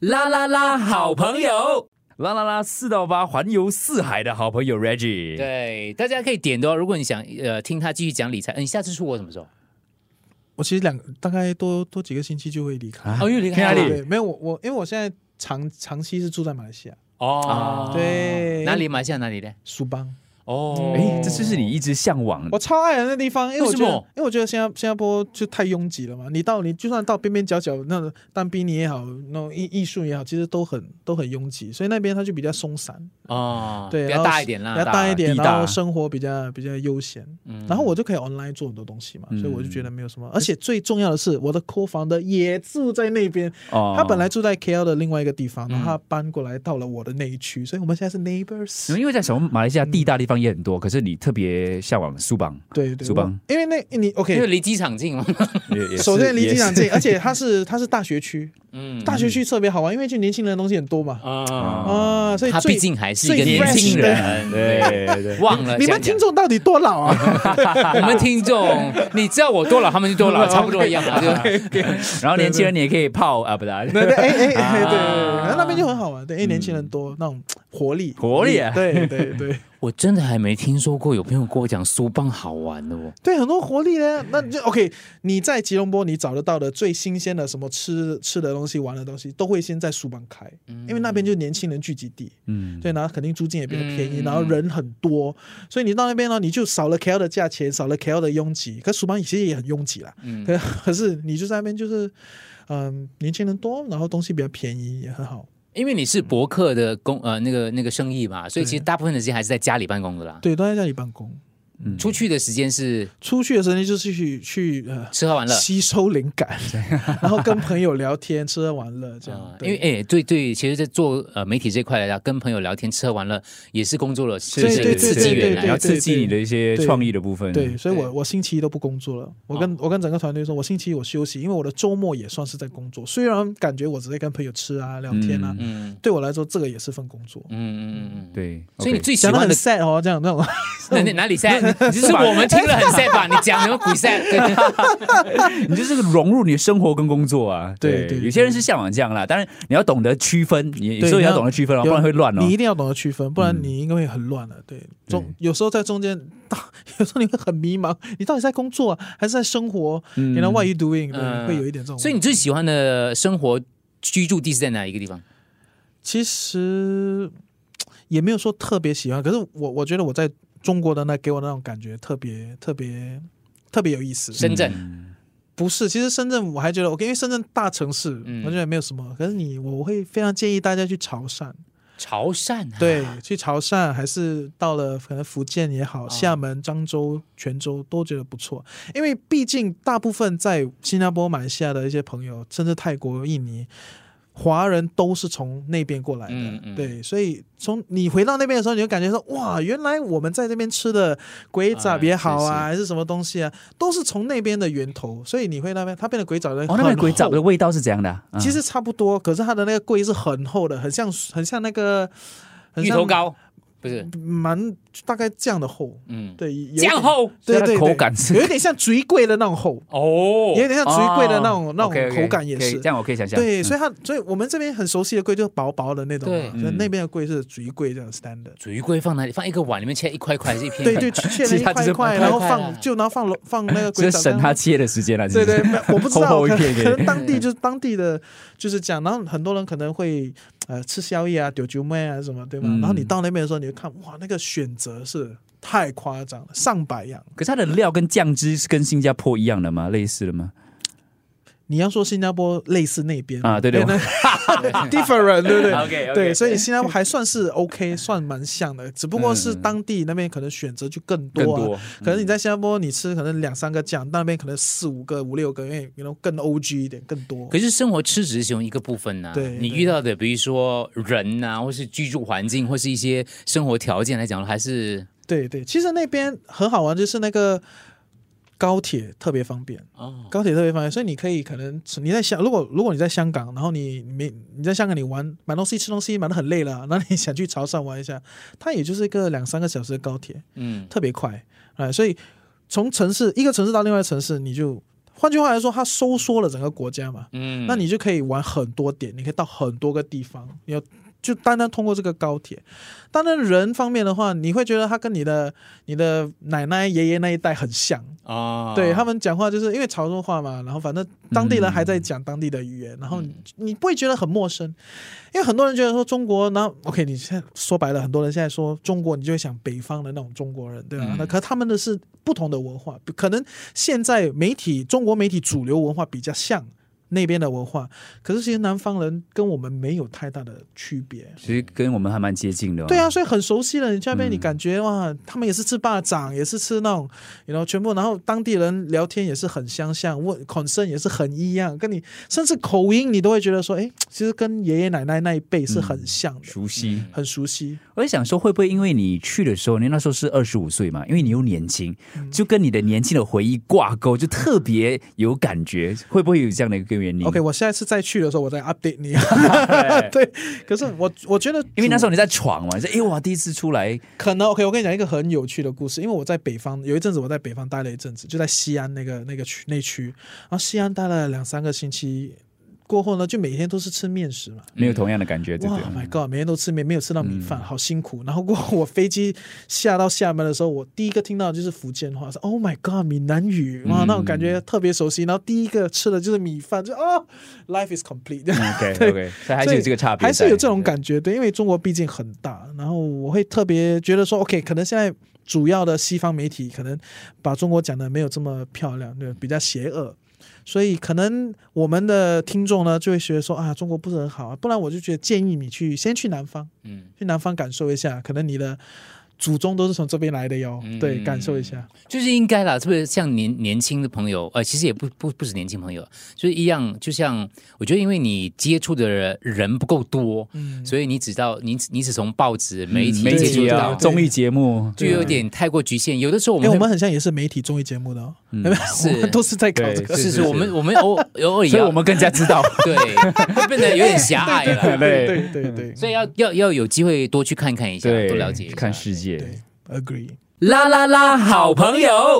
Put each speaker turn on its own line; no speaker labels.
啦啦啦，好朋友。
啦啦啦，四到八环游四海的好朋友 Reggie。
对，大家可以点的哦。如果你想呃听他继续讲理财，嗯、你下次出国什么时候？
我其实两大概多多几个星期就会离开。
哦，又离
去哪
开
里
对
了
对，没有我我因为我现在长长期是住在马来西亚，
哦
啊对，
哪里？马来西亚哪里的？
苏邦，
哦，哎，这就是你一直向往
我超爱的那地方，因为我觉
为
得
什么
因为我觉得新加新加坡就太拥挤了嘛，你到你就算到边边角角那种当兵你也好，那种艺艺术也好，其实都很都很拥挤，所以那边它就比较松散，
哦，
对，
比
然
较
后
大一点
比较
啦。
大一点，
地大
然后生活比较比较悠闲，
嗯
然后我就可以 online 做很多东西嘛，
嗯
所以我就觉得没有什么。而且最重要的是，我的 co 房的也住在那边，
哦。
啊他本来住在 KL 的另外一个地方，然
嗯
后他搬过来到了我的那一区，所以我们现在是 neighbors。
因为在什么马来西亚地大地方也很多，可是你特别向往苏邦，
对对，
苏邦
我因为那你
因为
OK，
离机场近嘛。
嗯首先离机 场近，而且它是它是大学区，
嗯
大学区特别好玩，因为就年轻人的东西很多嘛。
啊，
啊，所以
他
最
毕竟还是一个
最
年轻
fresh 的。
人。
对对
忘了
你们
讲
听
讲
众到底多 老啊？
我们听众，你知道我多老，他们就多 老，差不多一样嘛，对吧？
然后年轻人你也可以泡啊，不
对
对，
对，哎哎哎，对对对，
啊嗯
然后那边就很好玩，对，因为年轻人多，那种活力，
活力啊
对对对
我真的还没听说过有朋友跟我讲苏棒好玩的哦。
对，很多活力呢。那你就 OK，你在吉隆坡你找得到的最新鲜的什么吃吃的东西、玩的东西，都会先在苏邦开，因为那边就是年轻人聚集地。
嗯，
对，然后肯定租金也比较便宜，
嗯
然后人很多，所以你到那边呢，你就少了 KL 的价钱，少了 KL 的拥挤。可蜀邦其实也很拥挤啦，
嗯
可可是你就在那边就是，嗯，年轻人多，然后东西比较便宜，也很好。
因为你是博客的工呃那个那个生意嘛，所以其实大部分的时间还是在家里办公的啦。
对，都在家里办公，
嗯
出去的时间是
出去的时候就是去去呃
吃喝玩乐。
吸收灵 感，然后跟朋友聊天、吃喝玩乐这样。
啊，因
对
为哎，对对，其实，在做呃媒体这块来讲，跟朋友聊天、吃喝玩乐，也是工作了，是
对
一个刺激源
对
你要
来。
刺激你的一些创意的部分，
对，所以我我星期一都不工作了。我跟、我跟整个团队说，我星期一我休息，因为我的周末也算是在工作。虽然感觉我只是跟朋友吃啊、聊天啊，
嗯
嗯
对我来说，这个也是份工作
嗯。嗯嗯嗯，。
对，
所以你最喜
讲的
欢
很
的
sad 哦，这样这种，
哪哪哪里 sad？只是我们听了很 sad 吧？你讲什么鬼 sad？对对
你就是融入你的生活跟工作啊，有些人是向往这样啦，当然你要懂得区分，你有时候也要懂得区分哦，不然会乱哦。
你一定要懂得区分，不然
嗯
你应该会很乱的。对，中有时候在中间， 有时候你会很迷茫，你到底在工作啊还是在生活？
嗯
你 know what you doing？对，
嗯
会有一点这种。
所以你最喜欢的生活居住地是在哪一个地方？
其实嗯也没有说特别喜欢，可是我我觉得我在中国的那给我那种感觉特别特别特别有意思。
深圳。
嗯
不是，其实深圳我还觉得 OK，因为深圳大城市，
嗯
我觉得没有什么。可是你，我会非常建议大家去潮 汕。
潮汕、啊，
对，去潮汕还是到了可能福建也
哦
好，厦门、漳州、泉州都觉得不错，因为毕竟大部分在新加坡、马来西亚的一些朋友，甚至泰国、印尼。华人都是从那边过来的，
嗯嗯
对，所以从你回到那边的时候，你就感觉说，哇，原来我们在这边吃的
哎
鬼爪也好啊，
是是
还是什么东西啊，都是从那边的源头，所以你会那边，它变得鬼爪的
哦，那个鬼爪的味道是怎样的、啊？
嗯其实差不多，可是它的那个龟是很厚的，很像很像那个很
芋
像
头糕不是，
蛮大概这样的厚，
嗯，
对，有一
酱
点，
厚
对对
它的
对，
口感是
有一点像竹桂的那种厚，
哦
有一点像竹桂的那种、那种
OK，OK，
口感也
哦可以
是。
这样我可以想象。嗯
对，所
以
以它，所以我们这边很熟悉的桂就是薄薄的那种嘛，
对
所以
嗯
那边的桂是竹桂这样 standard。
煮鱼龟放哪里？放一个碗里面切一块块还是一片？
对对，切
其
了
实它
一
就
块
是
一块，然后
块块啦
放就然后放了放那 个
只
龟
是
掌
省
这
他
样。
切的时间了，啊是不
对
是
对，没有我 不知道，
厚厚一
可
片给
能
你
可能当地就是当地的就是这样，然后很多人可能会呃吃宵夜啊、丢酒妹啊什么，对吗？
嗯
然后你到那边的时候，你就看哇，那个选择是太夸张了，上百样。
可是它的料跟酱汁是跟新加坡一样的吗？类似的吗？
你要说新加坡类似那边
啊对对
那 different，对不对
OK，OK
对，所以新加坡还算是 OK，算蛮像的，只不过是当地那边可能选择就更多、
嗯更
啊，
多，
可能你在新加坡你吃可能两三个酱，那边可能四五个、五六个，因为然后更 O G 一点，更多。
可是生活吃只是其中一个部分呐、
对
你
对
遇到的，比如说人呐、或是居住环境，或是一些生活条件来讲，还是
对对，其实那边很好玩，就是那个高铁特别方便。
哦，
高铁特别方便，所以你可以可能你在香，如果如果你在香港，然后你没你在香港你玩买东西吃东西玩的很累了，那你想去潮汕玩一下，它也就是一个两三个小时的高铁，
嗯，
特别快，哎，所以从城市一个城市到另外一个城市，你就换句话来说，它收缩了整个国家嘛，
嗯
那你就可以玩很多点，你可以到很多个地方，你要。就单单通过这个高铁，当然人方面的话，你会觉得他跟你的、你的奶奶、爷爷那一代很像，
啊，
对他们讲话就是因为潮州话嘛，然后反正当地人还在讲当地的语言，然后你你不会觉得很陌生，因为很多人觉得说中国，然后 OK，你现在说白了，很多人现在说中国，你就会想北方的那种中国人，对吧、
嗯
那可他们的是不同的文化，可能现在媒体中国媒体主流文化比较像。那边的文化，可是其实南方人跟我们没有太大的区别，
其实跟我们还蛮接近的、哦。
对，啊，所以很熟悉了。你去那边，
嗯
你感觉、哇，他们也是吃霸掌，也是吃那种，然后全部，然后当地人聊天也是很相像，问 concern 也是很一样，跟你甚至口音你都会觉得说，哎，其实跟爷爷奶奶那一辈是很像的，
嗯熟悉。
很熟悉。
我在想说，会不会因为你去的时候，你那时候是二十五岁嘛？因为你又年轻，
嗯
就跟你的年轻的回忆挂钩，就特别有感觉。会不会有这样的一个原因
OK，我下一次再去的时候，我再 update 你。
对
对，可是我我觉得，
因为那时
候
候你在闯嘛，你说哎哇，第一次出来，
可能 OK，我跟你讲一个很有趣的故事，因为我在北方有一阵子，我在北方待了一阵子，就在西安那个那个区内区，然后西安待了两三个星期。过后呢，就每天都是吃面食嘛，
没有同样的感觉，对嗯不
哇
对？
，My God，每天都吃面，没有吃到米饭，好辛苦。然后过后我飞机下到厦门的时候，我第一个听到的就是福建话，说 Oh my God，闽南语，哇，那种感觉特别熟悉。然后第一个吃的就是米饭，就哦，Life is complete。
OK
对
OK，所以还是有这个差别在，
还是有这种感觉，对，因为中国毕竟很大，然后我会特别觉得说，OK，可能现在主要的西方媒体可能把中国讲的没有这么漂亮，对，比较邪恶，所以可能我们的听众呢就会觉得说啊，中国不是很好啊，不然我就觉得建议你去先去南方，
嗯，
去南方感受一下，可能你的祖宗都是从这边来的哟，
嗯
对，感受一下，
就是应该啦，特别像年年轻的朋友，呃，其实也不不不止年轻朋友，就是一样，就像我觉得，因为你接触的人人不够多，
嗯，
所以你只到你你只从报纸媒体
媒
接触
体
得
啊，
到，
对
综艺节目
就有点太过局限。有的时候我
因为
们
我
会
们很像也是媒体综艺节目的、哦，
嗯
是
我们都是在搞这个
对。
是
是
是，我们我们偶偶尔
所以
也要
我们更加知道。
对会变得有点狭隘了，
对
对对对，
所以要要要有机会多去看看一下，
对，
多了解一下，
看世界。
对，agree。
啦啦啦，好朋友。